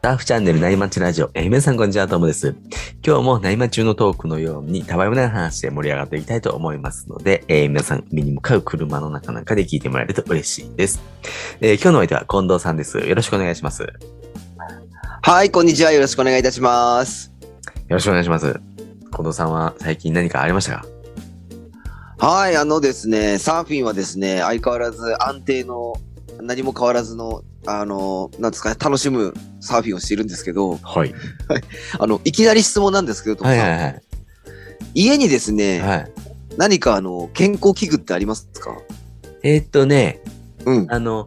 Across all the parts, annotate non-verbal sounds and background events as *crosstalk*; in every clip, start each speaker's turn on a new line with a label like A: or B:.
A: ターフチャンネル内町ラジオ。えー皆さんこんにちは、ともです。今日も内町中のトークのように、たわいもない話で盛り上がっていきたいと思いますので、えー皆さん、目に向かう車の中なんかで聞いてもらえると嬉しいです。えー今日のお相手は近藤さんです。よろしくお願いします。よ
B: はい、こんにちは。よろしくお願いいたします。
A: ろしくお願いします。近藤さんは最近何かありましたか
B: はい、あのですね、サーフィンはですね、相変わらず安定の、何も変わらずの、あの、なんですかね、楽しむサーフィンをしているんですけど、
A: はい。
B: あの、いきなり質問なんですけど、
A: はいはい
B: トムさん
A: はい。
B: 家にですね、
A: はい、
B: 何かあの、健康器具ってありますか
A: えーっとね、
B: うん。
A: あの、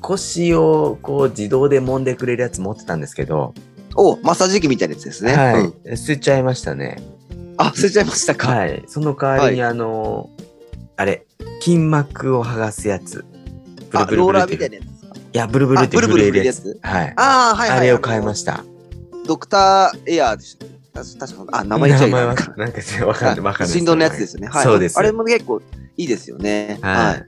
A: 腰をこう自動で揉んでくれるやつ持ってたんですけど、
B: お、マッサージ機みたいなやつですね。
A: はい、
B: うん
A: 捨てちゃいましたね。
B: あ、捨てちゃいましたか。
A: はい。その代わりに、あのーあれ、筋膜を剥がすやつ。
B: あ、ローラー
A: って
B: み
A: いう
B: たいなやつですか。
A: いや、ブルブル
B: あ、
A: って
B: ブルブル
A: 震え
B: 振
A: る
B: るや
A: やつ。
B: つ。
A: はい。
B: ああ、はいはい。
A: あれを変えま
B: し
A: した。
B: た。ドクターエアーでした。確確か、あ、名前言っちゃいけない
A: は
B: のか。
A: なんかね、わかんない。わかんない。
B: 振動のやつですよね。はい。
A: そうです
B: あれも結構いいですよね。
A: は
B: はいい。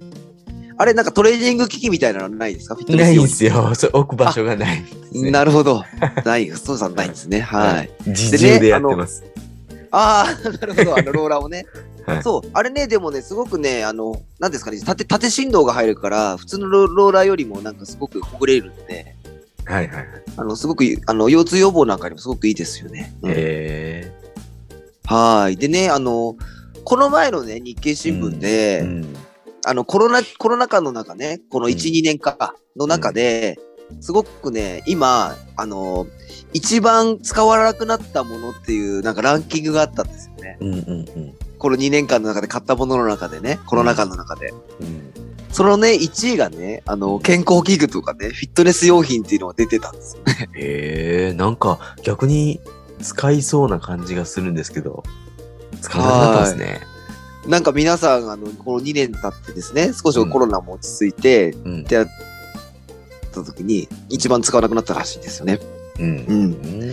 B: あれ、なんかトレーニング機器みたいなのないですかフィットネ
A: な
B: ス
A: い
B: 用
A: ん
B: に
A: すよ。 *laughs* そう置く場所がない。
B: なる
A: *laughs*
B: ほど。ない、そうさんないんですね。はい。。
A: 自重でやってます。
B: ああ、なるほど。あの、ローラーをね
A: はい。
B: そう。あれね、でもね、すごくね、あの、なんですかね、縦、縦振動が入るから、普通のロローラーよりもなんかすごくほぐれるんで、
A: はいはい。
B: あの、すごくいい、あの、腰痛予防なんかにもすごくいいですよね。うん
A: え
B: はい。でね、あの、この前のね、日経新聞で、
A: ーうん。
B: あのコロナ、コロナ禍の中ね、この
A: うん
B: 1、2年間の中で、すごくね、今、あの、一番使わなくなったものっていう、なんかランキングがあったんですよね。
A: うんうんうん
B: この2年間の中で買ったものの中でね、コロナ禍の中で。
A: うん。
B: そのね、1位がね、あの、健康器具とかね、フィットネス用品っていうのが出てたんですよね。
A: えー、なんか逆に使いそうな感じがするんですけど、使わなくなったんですね。
B: なんか皆さん、あの、この2年経ってですね、少しコロナも落ち着いて、
A: うん
B: ってやった時に、一番使わなくなったらしいんですよね。
A: うん。う
B: う。
A: んん。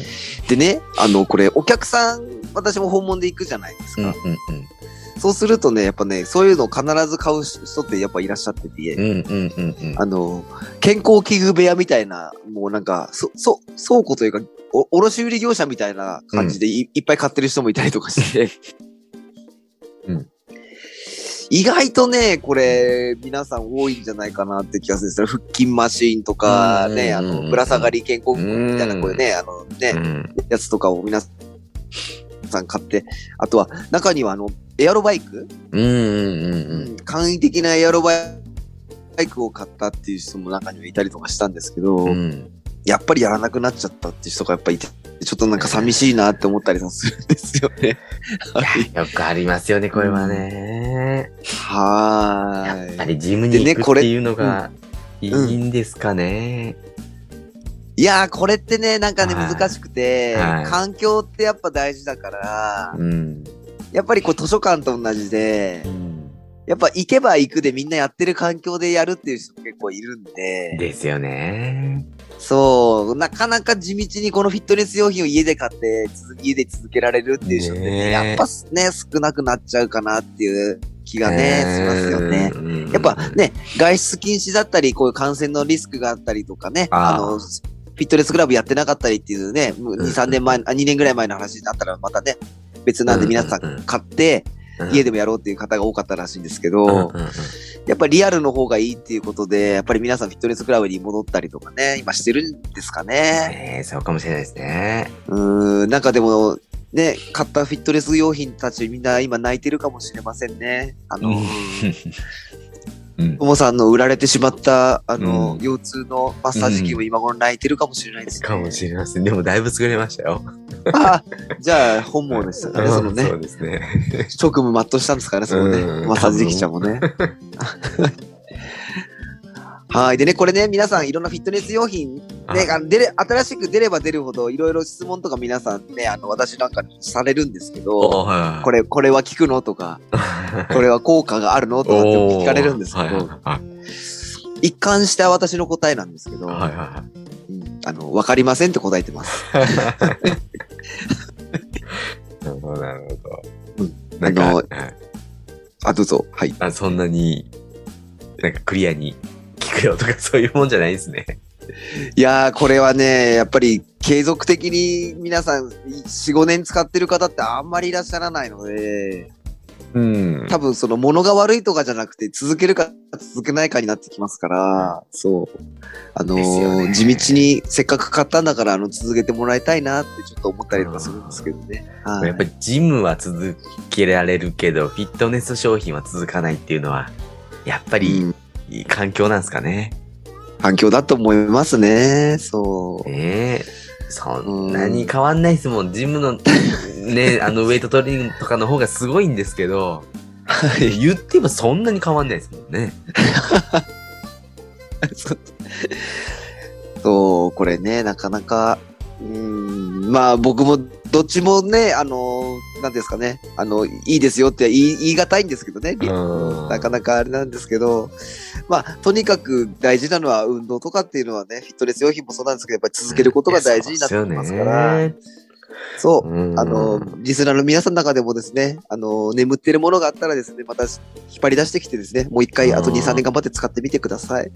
B: でね、あの、これ、お客さん、私も訪問で行くじゃないです
A: うん
B: か。
A: うんうん。
B: そうするとね、やっぱね、そういうのを必ず買う人ってやっぱいらっしゃってて、
A: うんうんうんうん。
B: あの、健康器具部屋みたいな、もうなんか、そ、そ、倉庫というか、お卸売業者みたいな感じでい,、いっぱい買ってる人もいたりとか
A: *laughs*
B: して。
A: うん
B: 意外とね、これ、皆さん多いんじゃないかなって気がするんですよ。腹筋マシーンとか、ね、あ
A: うんうんうん
B: の、ぶら下がり健康器具みたいな、これね、あのね、
A: うん
B: やつとかを皆さん買って、あとは中にはあの、エアロバイク、
A: うんうんうん
B: 簡易的なエアロバイクを買ったっていう人も中にはいたりとかしたんですけど、
A: うんうん。
B: やっぱりやらなくなっちゃったっていう人がやっぱいて、ちょっとなんか寂しいなって思ったりもするんですよね。はい
A: よくありますよね、これはね。やっぱ
B: はーい。
A: りジムに
B: でね
A: 行く
B: こ
A: っ
B: れ
A: ていうのがい
B: うん
A: いんですかね。
B: いやー、これってね、なんかね、
A: はい
B: 難しくて、
A: はい
B: 環境ってやっぱ大事だから、
A: うん。
B: やっぱりこう図書館と同じで
A: う、ん
B: やっぱ行けば行くでみんなやってる環境でやるっていう人も結構いるん
A: ですよね。
B: そう、なかなか地道にこのフィットネス用品を家で買って、続家で続けられるっていう人ってね、
A: ねえ
B: やっぱすね、少なくなっちゃうかなっていう気がね、しますよね。
A: うん。
B: やっぱね、外出禁止だったり、こういう感染のリスクがあったりとかね、
A: あー
B: あの、フィットネスクラブやってなかったりっていうね、もう2、
A: うん
B: 3年前、あ2年ぐらい前の話になったらまたね、別なんで皆さ
A: うんうんうん
B: ん買って、
A: うん、
B: 家でもやろうっていう方が多かったらしいんですけ
A: うんうん
B: ど
A: う、ん
B: やっぱりリアルの方がいいっていうことで、やっぱり皆さんフィットネスクラブに戻ったりとかね、今してるんですかね。
A: ねえそうかもしれないですね。
B: うーん、なんかでも、ね、買ったフィットネス用品たちみんな今泣いてるかもしれませんね。あの、
A: うん
B: と。もさんの売られてしまった、あの、
A: うん
B: 腰痛のマッサージ器も今頃泣いてるかもしれないですね。
A: かもしれません。でもだいぶ優れましたよ。
B: あじゃあ、本望でしたかね、その
A: うん
B: ね
A: そう。ですね。
B: 職務全うしたんですかね、そのね
A: う、ん
B: マッサージできちゃん
A: *laughs*
B: もね。はい。でね、これね、皆さんいろんなフィットネス用品、ね、
A: あ
B: あの出れ新しく出れば出るほど、いろいろ質問とか皆さんね、あの、私なんかにされるんですけど、
A: おはい
B: これ、これは効くのとか、
A: はい
B: これは効果があるのとかって聞かれるんですけ
A: お
B: ど、
A: ーはい
B: 一貫した私の答えなんですけど、
A: はいはいはい
B: うんあの、わかりませんって答えてます。
A: なるほど、なるほ
B: う
A: ど。なんか、
B: あの
A: はい
B: あ、どうぞ。はい。
A: あそんなに、なんかクリアに聞くよとかそういうもんじゃないんですね。
B: いやー、これはね、やっぱり効継続的に皆さん4、5年使ってる方ってあんまりいらっしゃらないので、
A: うん。
B: 多分その物が悪いとかじゃなくて続けるか続けないかになってきますから、そう。あのー
A: ですよね
B: 地道にせっかく買ったんだからあの続けてもらいたいなってちょっと思ったりとかするんですけどね。はい
A: やっぱりジムは続けられるけど、フィットネス商品は続かないっていうのは、やっぱ
B: う
A: り
B: ん
A: いい環境なんですかね。
B: 環境だと思いますね。そう。
A: ねえ。そんなに変わんないですもん。ジムの、
B: *laughs*
A: ね、あの、ウェイトトレーニングとかの方がすごいんですけど、言ってもそんなに変わんないですもんね。
B: そう、これね、なかなか、うん、まあ僕もどっちもね、あの、なんていうんですかね、あの、いいですよって言い言い難いんですけどね、
A: うん
B: なかなかあれなんですけど、まあ、とにかく大事なのは運動とかっていうのはね、フィットネス用品もそうなんですけど、やっぱり続けることが大事になってきますか
A: い
B: ら、
A: や
B: そう
A: そうですよねうん
B: あの、リスナーの皆さんの中でもですね、あの、眠ってるものがあったらですね、また引っ張り出してきてですね、もう一回、あと
A: うん
B: 2、3年頑張って使ってみてください。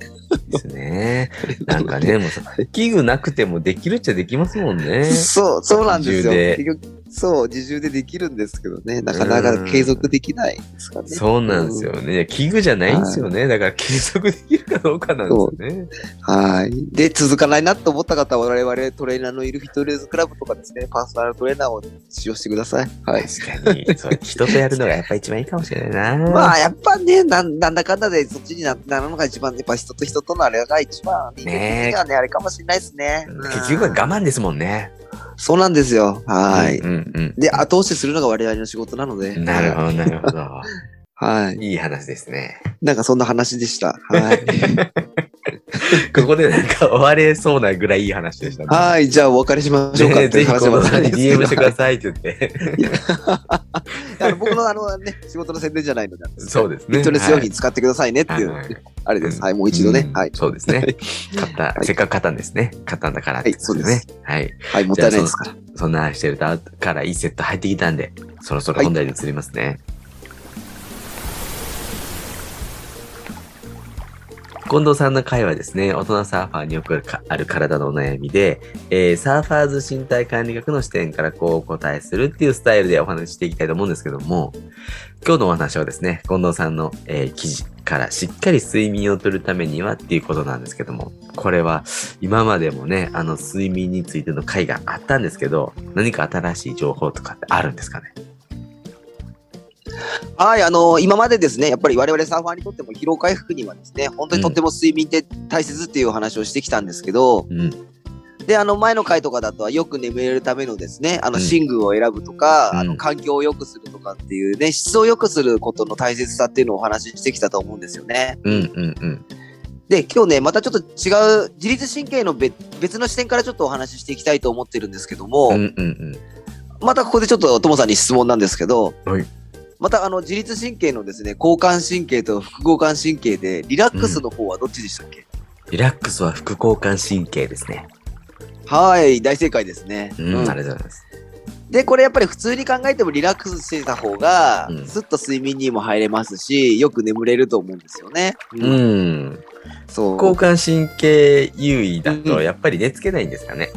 A: です
B: *laughs*
A: ね。なんかね、でもさ、器具なくてもできるっちゃできますもんね。
B: そう、そうなんですよ。
A: 自
B: 結
A: 重
B: 局、そう、自重でできるんですけどね、なかなか継続できないですからね。
A: そうなんですよね。いや器具じゃないんですよね。だから継続できるかどうかなんですよね。
B: はい。で、続かないなと思った方は、我々トレーナーのいるフィットレーズクラブとかですね、パーソナルトレーナーを使用してください。はい。
A: 確かに。そう人とやるのがやっぱ一番いいかもしれないな。
B: まあ、やっぱね、なんなんだかんだで、そっちにななるのが一番、やっぱ人と人とのあれが一番、人間的にはね、あれかもしれないですね。
A: 結局は
B: うん
A: 我慢ですもんね。
B: そうなんですよ。はい。
A: うんうん
B: で、後押しするのが我々の仕事なので。
A: うん。なるほど、なるほ
B: *laughs*
A: ど。
B: はい。
A: いい話ですね。
B: なんかそんな話でした。はい。
A: ここでなんか終われそうなぐらいいい話でしたね。
B: はい。じゃあお別れしましょうか
A: ね
B: って
A: *laughs* ぜひ、
B: いう
A: こ
B: 話
A: の
B: は
A: さんに DM してくだ
B: い。
A: さいって言
B: *laughs*
A: って。
B: あの僕のあのね、仕事の宣伝じゃないので、
A: そうですね。
B: フィットネス用
A: はい
B: 品使ってくださいねっていう、
A: はい
B: あれです。はい。もう一度ね。
A: ん
B: はい。
A: そうですね。買った、せっかく買ったんですね。買ったんだからってこと
B: はいそう。
A: はい。
B: はい。もったいないですから。
A: そんな話してると、後からいいセット入ってきたんで、そろそろ本題に移りますね。近藤さんの回はですね、大人サーファーによくある体のお悩みで、えーサーファーズ身体管理学の視点からこうお答えするっていうスタイルでお話ししていきたいと思うんですけども、今日のお話はですね、近藤さんの、えー記事からしっかり睡眠をとるためにはっていうことなんですけども、これは今までもね、あの睡眠についての回があったんですけど、何か新しい情報とかってあるんですかね
B: はい。あの今までですね、やっぱり我々サーファーにとっても疲労回復にはですね、本当にとっても睡眠って大切っていうお話をしてきたんですけど、
A: うん。
B: で、あの、前の回とかだとは、よく眠れるためのですね、あの、
A: うん
B: 寝具を選ぶとか、
A: うん
B: あの、環境を良くするとかっていうね、質を良くすることの大切さっていうのをお話ししてきたと思うんですよね。
A: うんうんうん。
B: で、今日ね、またちょっと違う、自律神経の別別の視点からちょっとお話ししていきたいと思ってるんですけども、
A: うんうん
B: またここでちょっとともさんに質問なんですけど、
A: はい
B: またあの、自律神経のですね、交感神経と副交感神経で、リラックスの方はどっちでしたっけ、
A: リラックスは副交感神経ですね。
B: はい、大正解ですね。
A: うん、
B: うん
A: ありがとうございます。
B: で、これやっぱり普通に考えてもリラックスしてた方が
A: う、ん
B: すっと睡眠にも入れますし、よく眠れると思うんですよね。
A: う。ん。
B: そう
A: 交。感神経優位だ
B: う
A: と
B: ん
A: やっぱり寝つけないんですかね。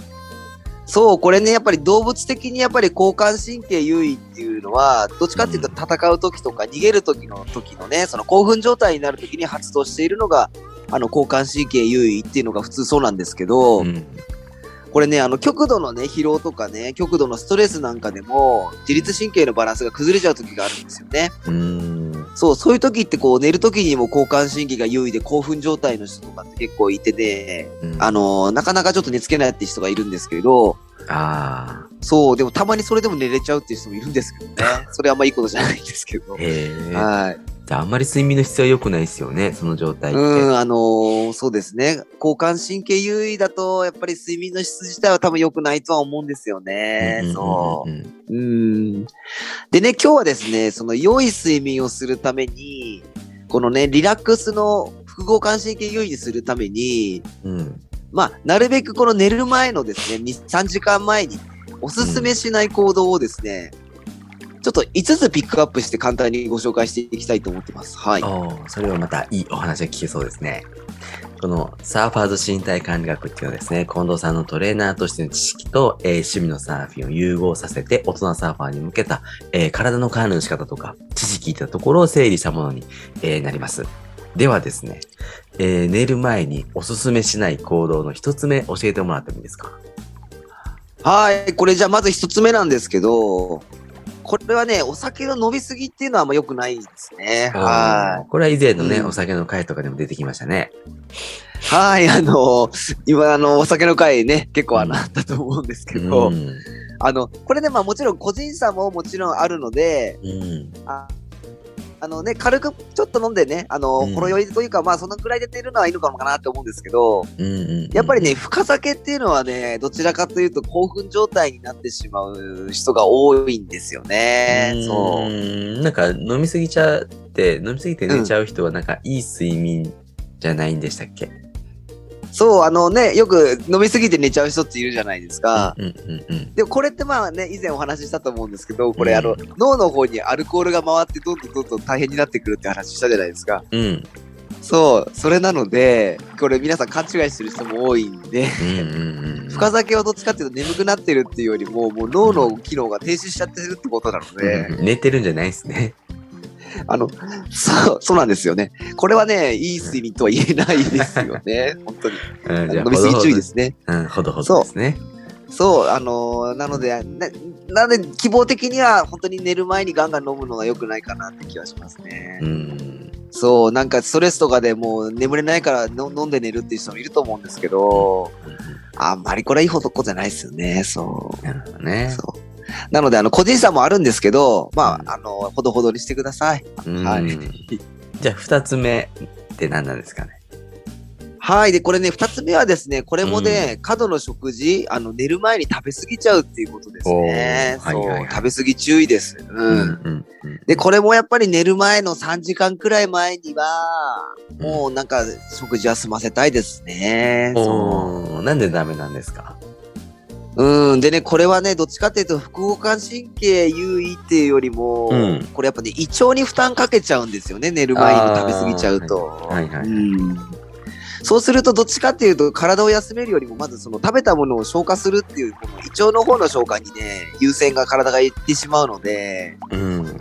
B: そう、これね、やっぱり動物的にやっぱり交感神経優位っていうのは、どっちかっていうと
A: うん
B: 戦う時とか逃げる時の時のね、その興奮状態になる時に発動しているのが、あの交感神経優位っていうのが普通そうなんですけど、
A: ん、
B: これね、あの極度のね、疲労とかね、極度のストレスなんかでも、自律神経のバランスが崩れちゃう時があるんですよね。
A: うん。
B: そう、そういう時ってこう寝る時にも交感神経が優位で興奮状態の人とかって結構いてね、あ
A: の、
B: のーなかなかちょっと寝つけないって人がいるんですけど、
A: あ
B: そう、でもたまにそれでも寝れちゃうっていう人もいるんですけどね。それあんまいいことじゃないんですけど
A: ー。へえ。
B: はい。
A: じゃああんまり睡眠の質は良くないですよね、その状態って。
B: うん、あのーそうですね。交感神経優位だと、やっぱり睡眠の質自体は多分良くないとは思うんですよね。そうう。
A: んうんうん
B: うん。でね、今日はですね、その良い睡眠をするために、このね、リラックスの副交感神経優位にするために、
A: うん。うん
B: まあ、なるべくこの寝る前のですね、2 3時間前におすすめしない行動をですね、ちょっと5つピックアップして簡単にご紹介していきたいと思ってます。はい。
A: おーそれはまたいいお話が聞けそうですね。このサーファーズ身体管理学っていうのはですね、近藤さんのトレーナーとしての知識と、えー趣味のサーフィンを融合させて、大人サーファーに向けた、えー体の管理の仕方とか、知識いたところを整理したものに、えーなります。ではですね、えー寝る前におすすめしない行動の一つ目教えてもらってもいいですか
B: はい、これじゃあまず一つ目なんですけど、これはね、お酒の飲みすぎっていうのはあんま良くないですね。は
A: あーこれは以前のね、
B: うん
A: お酒の会とかでも出てきましたね。
B: い。はい、あの、今、あの、お酒の会ね、結構あ
A: う
B: の
A: ん
B: あったと思うんですけ
A: う
B: ど、
A: ん。
B: あの、これね、まあもちろん個人差ももちろんあるので、
A: うん。
B: ああのね、軽くちょっと飲んでね、あの、
A: うん
B: ほろ酔いというか、まあそのくらいで寝るのはいいのかもかなって思うんですけど、
A: うんうん
B: やっぱりね、深酒っていうのはね、どちらかというと興奮状態になってしまう人が多いんですよね。そう
A: ー。んなんか飲みすぎちゃって、飲みすぎて寝ちゃう人はなんかいい睡眠じゃないんでしたっけ
B: そう、あのね、よく飲みすぎて寝ちゃう人っているじゃないですか。
A: うんうんうん。
B: でもこれってまあね、以前お話ししたと思うんですけど、こ
A: う
B: れ
A: ん
B: あの、脳の方にアルコールが回ってどんどんどんどん大変になってくるって話したじゃないですか。
A: うん。うん
B: そう、それなので、これ皆さん勘違いしてる人も多いんで、
A: うんうん。
B: 深酒はどっちかっていうと眠くなってるっていうよりも、もう脳の機能が停止しちゃってるってことなので、
A: うんうん寝てるんじゃないですね。
B: あの、そう、そうなんですよね。これはね、いい睡眠とは言えないですよね。本当に。
A: うん、 *laughs* じゃあ。
B: 飲みすぎ注意ですすね。
A: うん、ほどほどですね。
B: そう、あのーなので、ななので、希望的には本当に寝る前にガンガン飲むのが良くないかなって気はしますね。
A: うん。
B: そう、なんかストレスとかでもう眠れないからの飲んで寝るっていう人もいると思うんですけど、あんまりこれはいいことじゃないですよね。そ
A: なるほど
B: う。
A: ね。
B: そうなので、あの、個人差もあるんですけど、ま
A: うん
B: あ、あの、ほどほどにしてください。
A: うん
B: はい
A: じゃあ二つ目って何なんですかね。
B: はい。で、これね、二つ目はですね、これもね、過度の食事、あの、寝る前に食べ過ぎちゃうっていうことですね。
A: おー
B: そう、
A: はいはいはい
B: 食べ過ぎ注意です。うん
A: うんうん。
B: で、これもやっぱり寝る前の3時間くらい前には、
A: うん
B: もうなんか食事は済ませたいですね。そ
A: おーなんでダメなんですか
B: う。うん。でね、これはね、どっちかっていうと、副交感神経優位っていうよりも、
A: うん
B: これやっぱね、胃腸に負担かけちゃうんですよね、寝る前に食べ過ぎちゃうと。
A: はいはいはい
B: うんそうすると、どっちかっていうと、体を休めるよりも、まずその食べたものを消化するっていう、この胃腸の方の消化にね、優先が体がいってしまうので、
A: うん。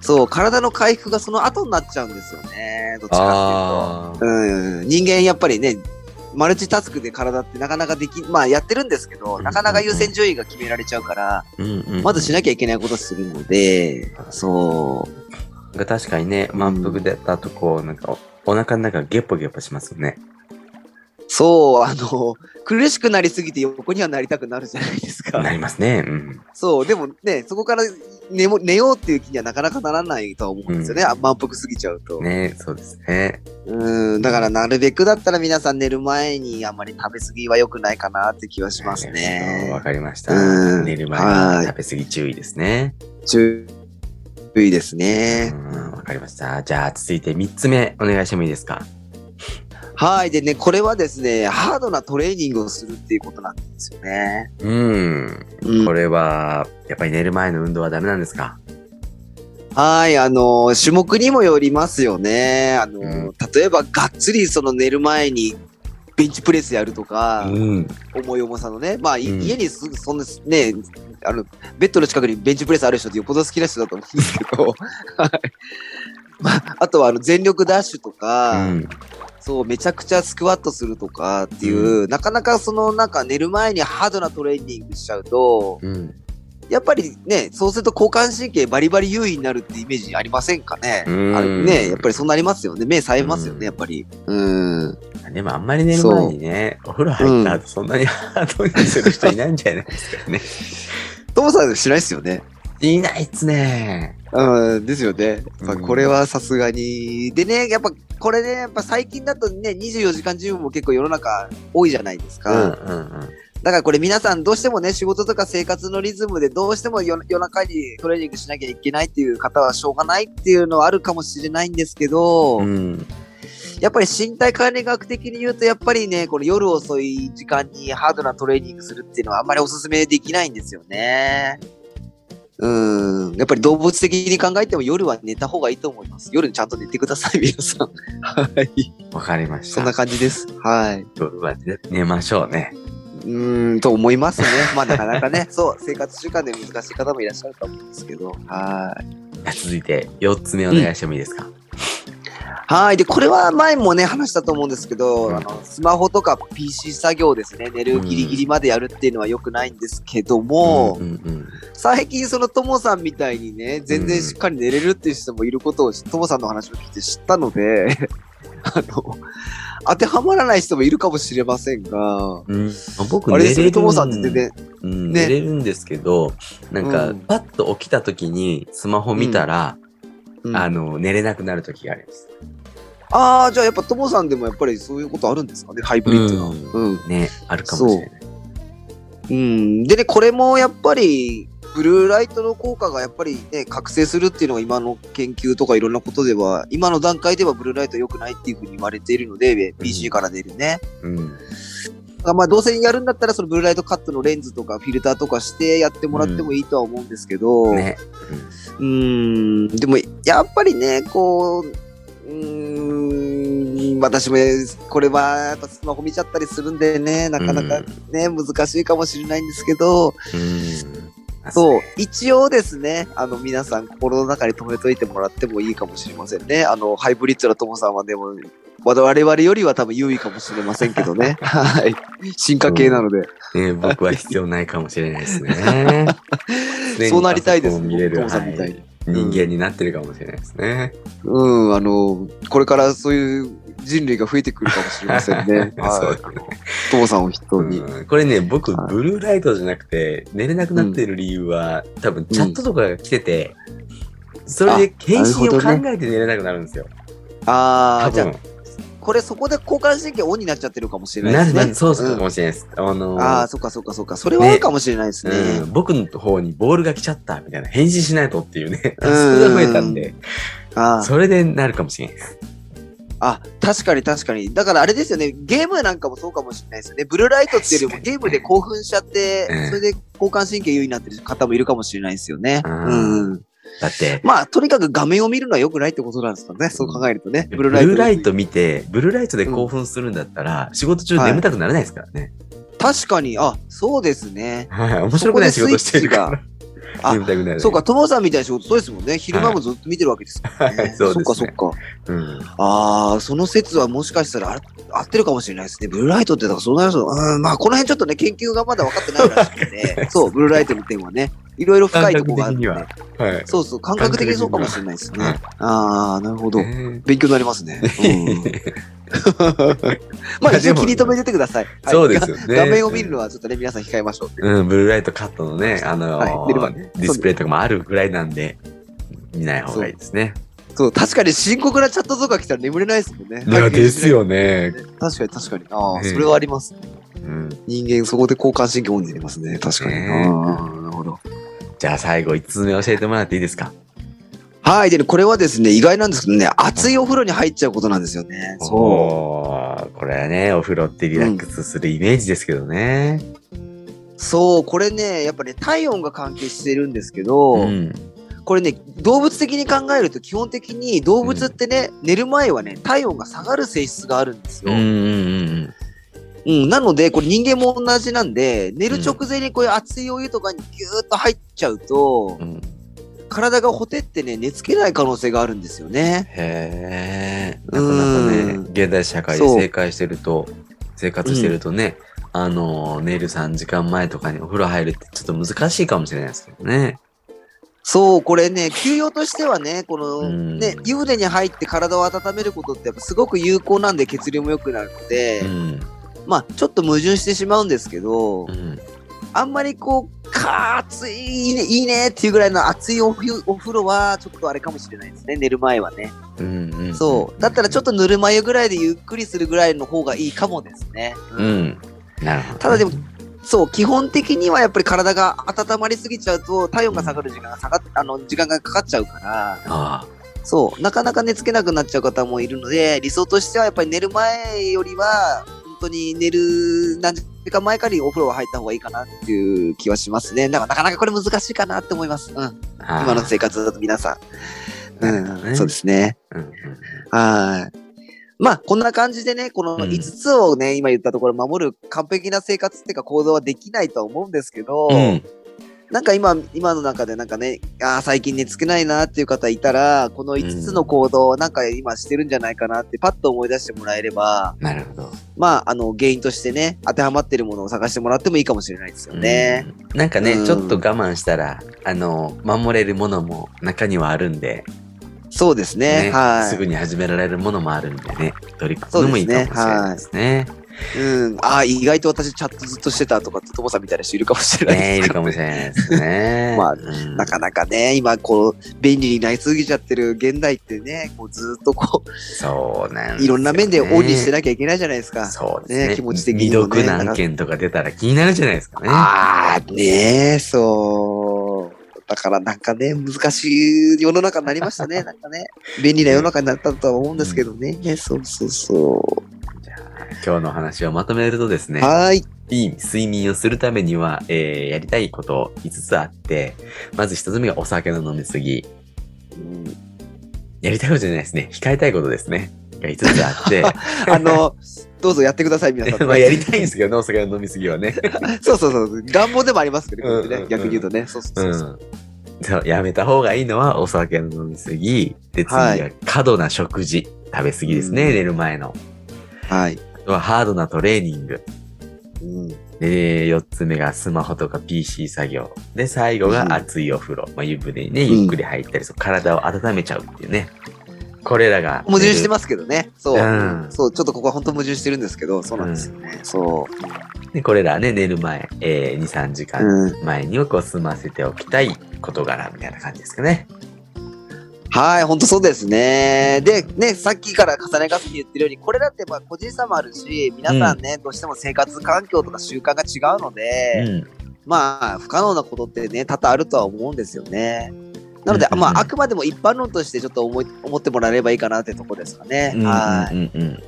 B: そう、体の回復がその後になっちゃうんですよね。どっちか
A: あ
B: っ
A: ー
B: ていうと。うん。人間やっぱりね、マルチタスクで体ってなかなかでき、まあやってるんですけど、なかなか優先順位が決められちゃうから、
A: うんうんうん
B: まずしなきゃいけないことするので、そ
A: が確かにね、満腹だったとこう、なんかお、お腹の中がゲッポゲッポしますよね。
B: う、そう、あの、苦しくなりすぎて横にはなりたくなるじゃないですか
A: な。りますね。うん。
B: そう、でもね、そこから寝も寝ようっていう気にはなかなかならないとは思うんですよね。
A: うん
B: あ満腹すぎちゃうと。
A: ねそうですね。
B: うん、だからなるべくだったら皆さん寝る前にあまり食べ過ぎは良くないかなって気はします
A: なるほどわ
B: ね。
A: かりました。
B: うん
A: 寝る前
B: は
A: に
B: い
A: 食べ過ぎ注意ですね。
B: 注意ですね
A: う。ん、わかりました。じゃあ、続いて3つ目、お願いしてもいいですか。
B: はい。でね、これはですね、ハードなトレーニングをするっていうことなんですよね。
A: うん。
B: うん
A: これは、やっぱり寝る前の運動はダメなんですか
B: はい。あの、種目にもよりますよね。あの、
A: うん
B: 例えばがっつりその寝る前にベンチプレスやるとか、
A: うん。
B: 重い重さのね、まあ、い
A: うん
B: 家にすぐそんなね、あの、ベッドの近くにベンチプレスある人ってよっぽど好きな人だと思うんで
A: *laughs*
B: すけど、はい。まあ、あとはあの全力ダッシュと
A: う
B: か、
A: ん。
B: そう、めちゃくちゃスクワットするとかっていう、なかなかそのなんか寝る前にハードなトレーニングしちゃうと、
A: うん。
B: やっぱりね、そうすると交感神経バリバリ優位になるってイメージありませんかね。
A: うん
B: あるね、やっぱりそうなりますよね。目冴えますよ
A: うん
B: ね、やっぱり。うん。
A: でもあんまり寝る前にね、お風呂入った後そんなに *laughs* ハードにする人いないんじゃないですかね。
B: トモさんしないですよね。
A: いないっすね。
B: うん、ですよね。まあ
A: うん
B: これはさすがに。でね、やっぱ、これね、やっぱ最近だとね、24時間ジムも結構世の中多いじゃないです
A: うん
B: か。
A: うんうん。
B: だからこれ皆さんどうしてもね、仕事とか生活のリズムでどうしても夜夜中にトレーニングしなきゃいけないっていう方はしょうがないっていうのはあるかもしれないんですけど、
A: うん、
B: やっぱり身体管理学的に言うと、やっぱりね、この夜遅い時間にハードなトレーニングするっていうのはあんまりお勧めできないんですよね。うん、やっぱり動物的に考えても夜は寝た方がいいと思います。夜ちゃんと寝てください、皆さん。 *laughs* はい。
A: わかりました。
B: そんな感じです。はい。
A: 夜はね寝ましょうね。
B: うーん、と思いますね。 *laughs* まあなかなかね、そう、生活習慣で難しい方もいらっしゃると思うんですけど。はい。
A: 続いて、4つ目お願いしてもいいですか、
B: はい。で、これは前もね、話したと思うんですけど、
A: うん
B: あのスマホとか PC 作業ですね、寝るギリギリまでやるっていうのは良くないんですけども、
A: うんうん
B: 最近そのともさんみたいにね、全然しっかり寝れるっていう人もいることを、ともさんの話を聞いて知ったので、 *laughs* あの、当てはまらない人もいるかもしれませんが、
A: うん。うん僕
B: あ
A: 寝れ
B: れです
A: る
B: ね、ともさんって全然、
A: うん
B: ね
A: 寝れるんですけど、なんか、
B: うん
A: パッと起きた時にスマホ見たら、
B: うん
A: あ
B: あ
A: の、寝れなくなる時があります。
B: あー、じゃあやっぱともさんでもやっぱりそういうことあるんですかね、ハイブリッドな。
A: うん
B: うん。
A: ね、あるかもしれない。
B: うん、でね、これもやっぱり、ブルーライトの効果がやっぱりね、覚醒するっていうのが今の研究とかいろんなことでは、今の段階ではブルーライト良くないっていうふうに言われているので、PC から出るね。
A: うん。
B: まあ、どうせやるんだったら、そのブルーライトカットのレンズとかフィルターとかしてやってもらってもいいとは思うんですけど、う
A: ね。
B: ーん、でも、やっぱりね、こう、うーん、私も、これは、やっぱスマホ見ちゃったりするんでね、なかなかね、難しいかもしれないんですけど、
A: うん。
B: そう、一応ですね、あの、皆さん心の中に留めといてもらってもいいかもしれませんね。あの、ハイブリッドなともさんはでも、我々よりは多分優位かもしれませんけ
A: *laughs*
B: どね。はい。進化系なので。
A: ね、僕は必要ないかもしれないです
B: *laughs*
A: ね。常に
B: そうなりたいです
A: パソコンを見れる、
B: 僕ともさんみたいに
A: はい人間になってるかもしれないですね。。
B: うん、あの、これからそういう人類が増えてくるかもしれませんね
A: *laughs*
B: はい。
A: そうですね
B: 父さんを筆頭に。
A: うんこれね、僕、
B: はい
A: ブルーライトじゃなくて、寝れなくなってる理由は、多分チャットとかが来てて、それで返信を考
B: あなるほ
A: えて寝れなくなるんですよ。
B: あ
A: 多
B: あ、じゃあ、
A: 分。
B: これそこで交感神経オンになっちゃってるかもしれな
A: ないる
B: ですね。
A: なる、そうか
B: ん
A: もしれないです。あのー
B: ああ、そっかそっかそっか。それはあるかもしれないですね。
A: うん、僕の方にボールが来ちゃったみたいな返信しないとっていうねそ *laughs*
B: うん
A: れが増えたんで
B: あー
A: それでなるかもしれないです
B: あ、確かに確かに。だからあれですよね、ゲームなんかもそうかもしれないですよね。ブルーライトっていうよりも
A: 確か
B: ゲ
A: に
B: ームで興奮しちゃって、
A: うん
B: それで交感神経優位になってる方もいるかもしれないですよね。
A: う
B: うんん。
A: だって
B: まあ、とにかく画面を見るのは良くないってことなんですかね。そう考えるとね。
A: ブルーライト
B: 見
A: 見てブルーライトで興奮するんだったら、仕事中眠たくならないですからね、
B: 確かに、あ、そうですね。
A: はい面白くない仕事してるから
B: チ
A: *laughs*
B: が
A: 眠たくなる
B: そうか、友さんみたいな仕事そうですもんね。昼間もずっと見てるわけですからね。
A: はいそうですね
B: か、そっか。
A: うん
B: ああ、その説はもしかしたらあ合ってるかもしれないですね。ブルーライトってだからそうなりそう。うん、まあ、この辺ちょっとね、研究がまだ分かってないらしくて、そう、ブルーライトの点はね、いろいろ深いところがあるんで
A: 感覚はい
B: そうそう、感覚的にそうかもしれないですね。
A: はい
B: ああ、なるほど。
A: ね
B: 勉強にな
A: *laughs*
B: りますね。うん *laughs* まあ、一応切り留めててください。はい
A: そうですよね
B: 画面を見るのはちょっとね、皆さん控えましょう。
A: うん、ブルーライトカットのね、あのー
B: はい出ればね
A: ディスプレイとかもあるぐらいなんで、見ない方がいいですね。
B: そう、確かに深刻なチャットとか来たら眠れないですもんね。
A: いや、です。よね。
B: 確かに確かに。ああ、
A: ね
B: それはあります。
A: うん、
B: 人間そこで交感神経オンになりますね。確かに。
A: ね
B: ああ、なるほど。
A: じゃあ最後、5つ目教えてもらっていいですか
B: はい。でね、これはですね、意外なんですけどね、熱いお風呂に入っちゃうことなんですよね。そう。
A: おーこれはね、お風呂ってリラックスするイメージですけどね。
B: そう、これね、やっぱね、体温が関係してるんですけど、
A: うん。
B: これね、動物的に考えると基本的に動物ってね、寝る前はね、体温が下がる性質があるんです
A: う
B: よ。
A: んう
B: うん。
A: ん
B: なので、これ人間も同じなんで、寝る直前にこういう熱いお湯とかにギューッと入っちゃうと
A: うん。う、ん、
B: 体がほてってね、寝つけない可能性があるんですよね。
A: へえ。なかなかね
B: う、ん
A: 現代社会で
B: そう
A: 正解してると、生活してるとね、あのー、寝る3時間前とかにお風呂入るってちょっと難しいかもしれないですけどね。
B: そう、これね、休養としてはね、この、
A: うん
B: ね、湯船に入って体を温めることってやっぱすごく有効なんで血流も良くなるので、
A: うん。
B: まあ、ちょっと矛盾してしまうんですけど、
A: うん。
B: あんまりこう、かー暑い、いいね、いいねっていうぐらいの熱いお湯お風呂は、ちょっとあれかもしれないですね、寝る前はね。
A: うんうんうん、
B: そう。だったらちょっとぬるま湯ぐらいでゆっくりするぐらいの方がいいかもですね。
A: う。ん。なるほど。
B: ただでも、そう、基本的にはやっぱり体が温まりすぎちゃうと、体温が下がる時間が下がっ、あの、時間がかかっちゃうから、
A: あ
B: そう、なかなか寝つけなくなっちゃう方もいるので、理想としてはやっぱり寝る前よりは、本当に寝る何時てか前からお風呂は入った方がいいかなっていう気はしますね。だからなかなかこれ難しいかなって思います。うん。今
A: 今
B: の生活だと皆さん。
A: なるほど
B: う
A: ね
B: ん。そうですね。はい。まあ、こんな感じでね、この
A: うん
B: 5つをね、今言ったところ守る完璧な生活っていうか行動はできないとは思うんですけど、
A: うん。
B: なんか今、今の中でなんかね、ああ、最近寝つけないなっていう方いたら、この5つの行動をなんか今してるんじゃないかなってパッと思い出してもらえれば、
A: なるほど。
B: まあ、あの、原因としてね、当てはまってるものを探してもらってもいいかもしれないですよね。
A: うん。なんかね、
B: うん
A: ちょっと我慢したら、あの、守れるものも中にはあるんで、
B: そうですね。
A: ね
B: はい。
A: すぐに始められるものもあるんでね、取り組むのもいい
B: そ
A: かも
B: うですね
A: しれないですね。
B: うん。ああ、意外と私チャットずっとしてたとかって、ともさんみたいな人いるかもしれない
A: ねいる
B: ですか。
A: からもしれないですね
B: *laughs* まあ
A: うん
B: なかなかね、今こう、便利になりすぎちゃってる現代ってね、こうずっとこ
A: そうなんですよね
B: う、いろんな面でオンにしてなきゃいけないじゃないですか。
A: そうですね。
B: ね気持ち的に
A: 未
B: もね
A: 読の案件とか出たら気になるじゃないですかね。
B: ああ、ねえ、そう。だからなんかね、難しい世の中になりました
A: *laughs*
B: ね。なんかね、便利な世の中になったとは思うんですけどね。ねそうそうそ
A: じゃあ今日のお話をまとめるとです
B: う。
A: ね、
B: はーい。
A: いい睡眠をするためには、えーやりたいこと5つあって、まず1つ目がお酒の飲みすぎ。
B: うん
A: やりたいことじゃないですね。控えたいことですね。が5つあ
B: *laughs*
A: って、
B: あの、どうぞやってください、皆
A: *laughs*
B: さん。
A: まあやりたいんですけどね、お酒の飲みすぎはね。
B: そうそうそう。願望でもありますけどねこれっ
A: うん
B: て
A: うんう
B: ね、
A: ん
B: 逆に言うとね。そうそ
A: う
B: うそ
A: ん
B: うそう。
A: そうやめた方がいいのはお酒の飲みすぎ。で、次
B: はい
A: が過度な食事。食べ過ぎですね、
B: うん
A: 寝る前の。
B: はい。
A: あとはハードなトレーニング。
B: うん
A: で、4つ目がスマホとか PC 作業。で、最後
B: うん
A: が熱いお風呂。まあ、湯船にね、
B: うん
A: ゆっくり入ったり、そう体を温めちゃうっていうね。これらが。
B: 矛盾して
A: ま
B: ますけどね。そう。
A: うん
B: そう、ちょっとここは本当矛盾してるんですけど、そうなんですよね。そ
A: す。で、これらね、寝る前、えー、2、3時
B: う。
A: 間
B: うん。
A: 前にはこう済ませておきたい事柄みたいな感じですかね。
B: はい、本当そうですね。で、ね、さっきから重ね重ね言ってるように、これだってまあ個人差もあるし、皆さんね、どうしても生活環境とか習慣が違うの
A: う
B: で、
A: ん。
B: まあ、不可能なことってね、多々あるとは思うんですよね。なので、
A: うんうん
B: まあ、あくまでも一般論としてちょっと思い思ってもらえればいいかなってとこですかね。
A: うん
B: はい。
A: うんうんうん。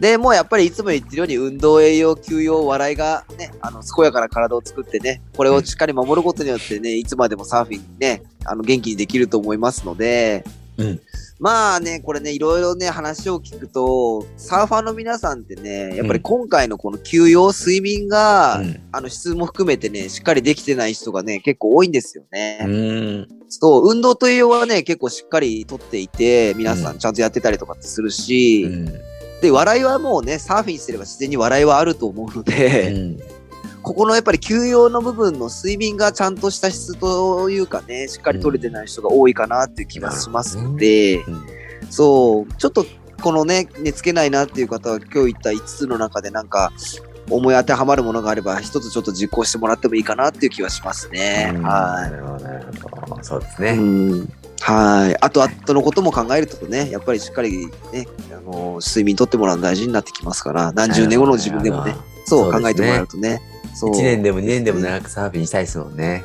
B: でもうやっぱりいつも言ってるように運動栄養休養笑いがねあの健やかな体を作ってねこれをしっかり守ることによってねいつまでもサーフィンねあの元気にできると思いますので、
A: うん
B: まあねこれねいろいろね話を聞くとサーファーの皆さんってねやっぱり今回のこの休養睡眠が、
A: うん
B: あの質も含めてねしっかりできてない人がね結構多いんですよね。
A: うん。
B: そう運動と栄養はね結構しっかりとっていて皆さ
A: うん
B: んちゃんとやってたりとかってするし。
A: うん。
B: で笑いはもうねサーフィンしてれば自然に笑いはあると思うの
A: う
B: で、
A: ん
B: ここのやっぱり休養の部分の睡眠がちゃんとした質というかねしっかり取れてない人が多いかなっていう気がしますので、
A: うん
B: そうちょっとこのね寝つけないなっていう方は今日言った5つの中でなんか思い当てはまるものがあれば一つちょっと実行してもらってもいいかなっていう気はしますね。
A: うんな
B: は
A: るほど、なるほど。そうです
B: い、
A: ね。
B: うんはいあとあとのことも考えるとねやっぱりしっかりねあの睡眠とってもらうの大事になってきますから何十年後の自分でも
A: な
B: ね
A: るほど。
B: そう
A: そう
B: 考
A: ですね
B: えてもらうとね。そう
A: 1年でも2年でも長くサーフィンしたいですもんね。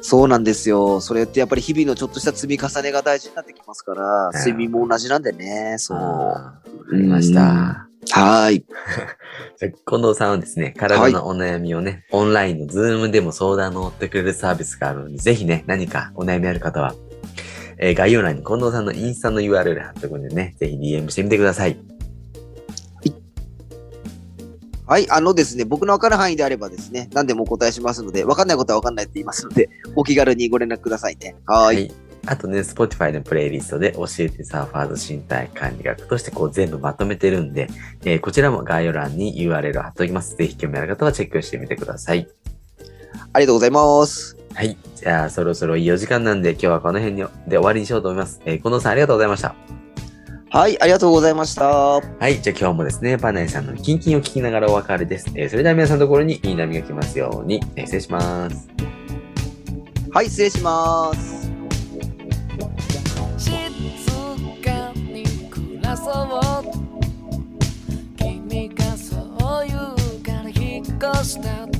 B: そうなんですよ。それってやっぱり日々のちょっとした積み重ねが大事になってきますから、
A: ね
B: 睡眠も同じなんでね。そう。は
A: あーわかりました。
B: ーい。
A: じゃあ近藤さんはですね、体のお悩みをね、オンラインのズームでも相談を乗ってくれるサービスがあるので、ぜひね、何かお悩みある方は、えー概要欄に近藤さんのインスタの URL 貼っておくんでね、ぜひ DM してみてください。
B: はい。あのですね、僕のわかる範囲であればですね、何でもお答えしますので、わかんないことはわかんないって言いますので、 *laughs* お気軽にご連絡くださいね。はーい。
A: はいあとね、Spotify のプレイリストで教えてサーファーズ身体管理学としてこう全部まとめてるんで、えーこちらも概要欄に URL を貼っておきます。ぜひ興味ある方はチェックしてみてください。
B: ありがとうございます。
A: はい。じゃあ、そろそろいいお時間なんで、今日はこの辺にで終わりにしようと思います。えー、近藤さんありがとうございました。
B: はい。ありがとうございました。
A: はい。じゃあ今日もですね、パナイさんのキンキンを聞きながらお別れです。えーそれでは皆さんのところにいい波が来ますように、えー失礼します。
B: はい。失礼します。
C: 静かに暮らそう君がそう言うから引っ越したと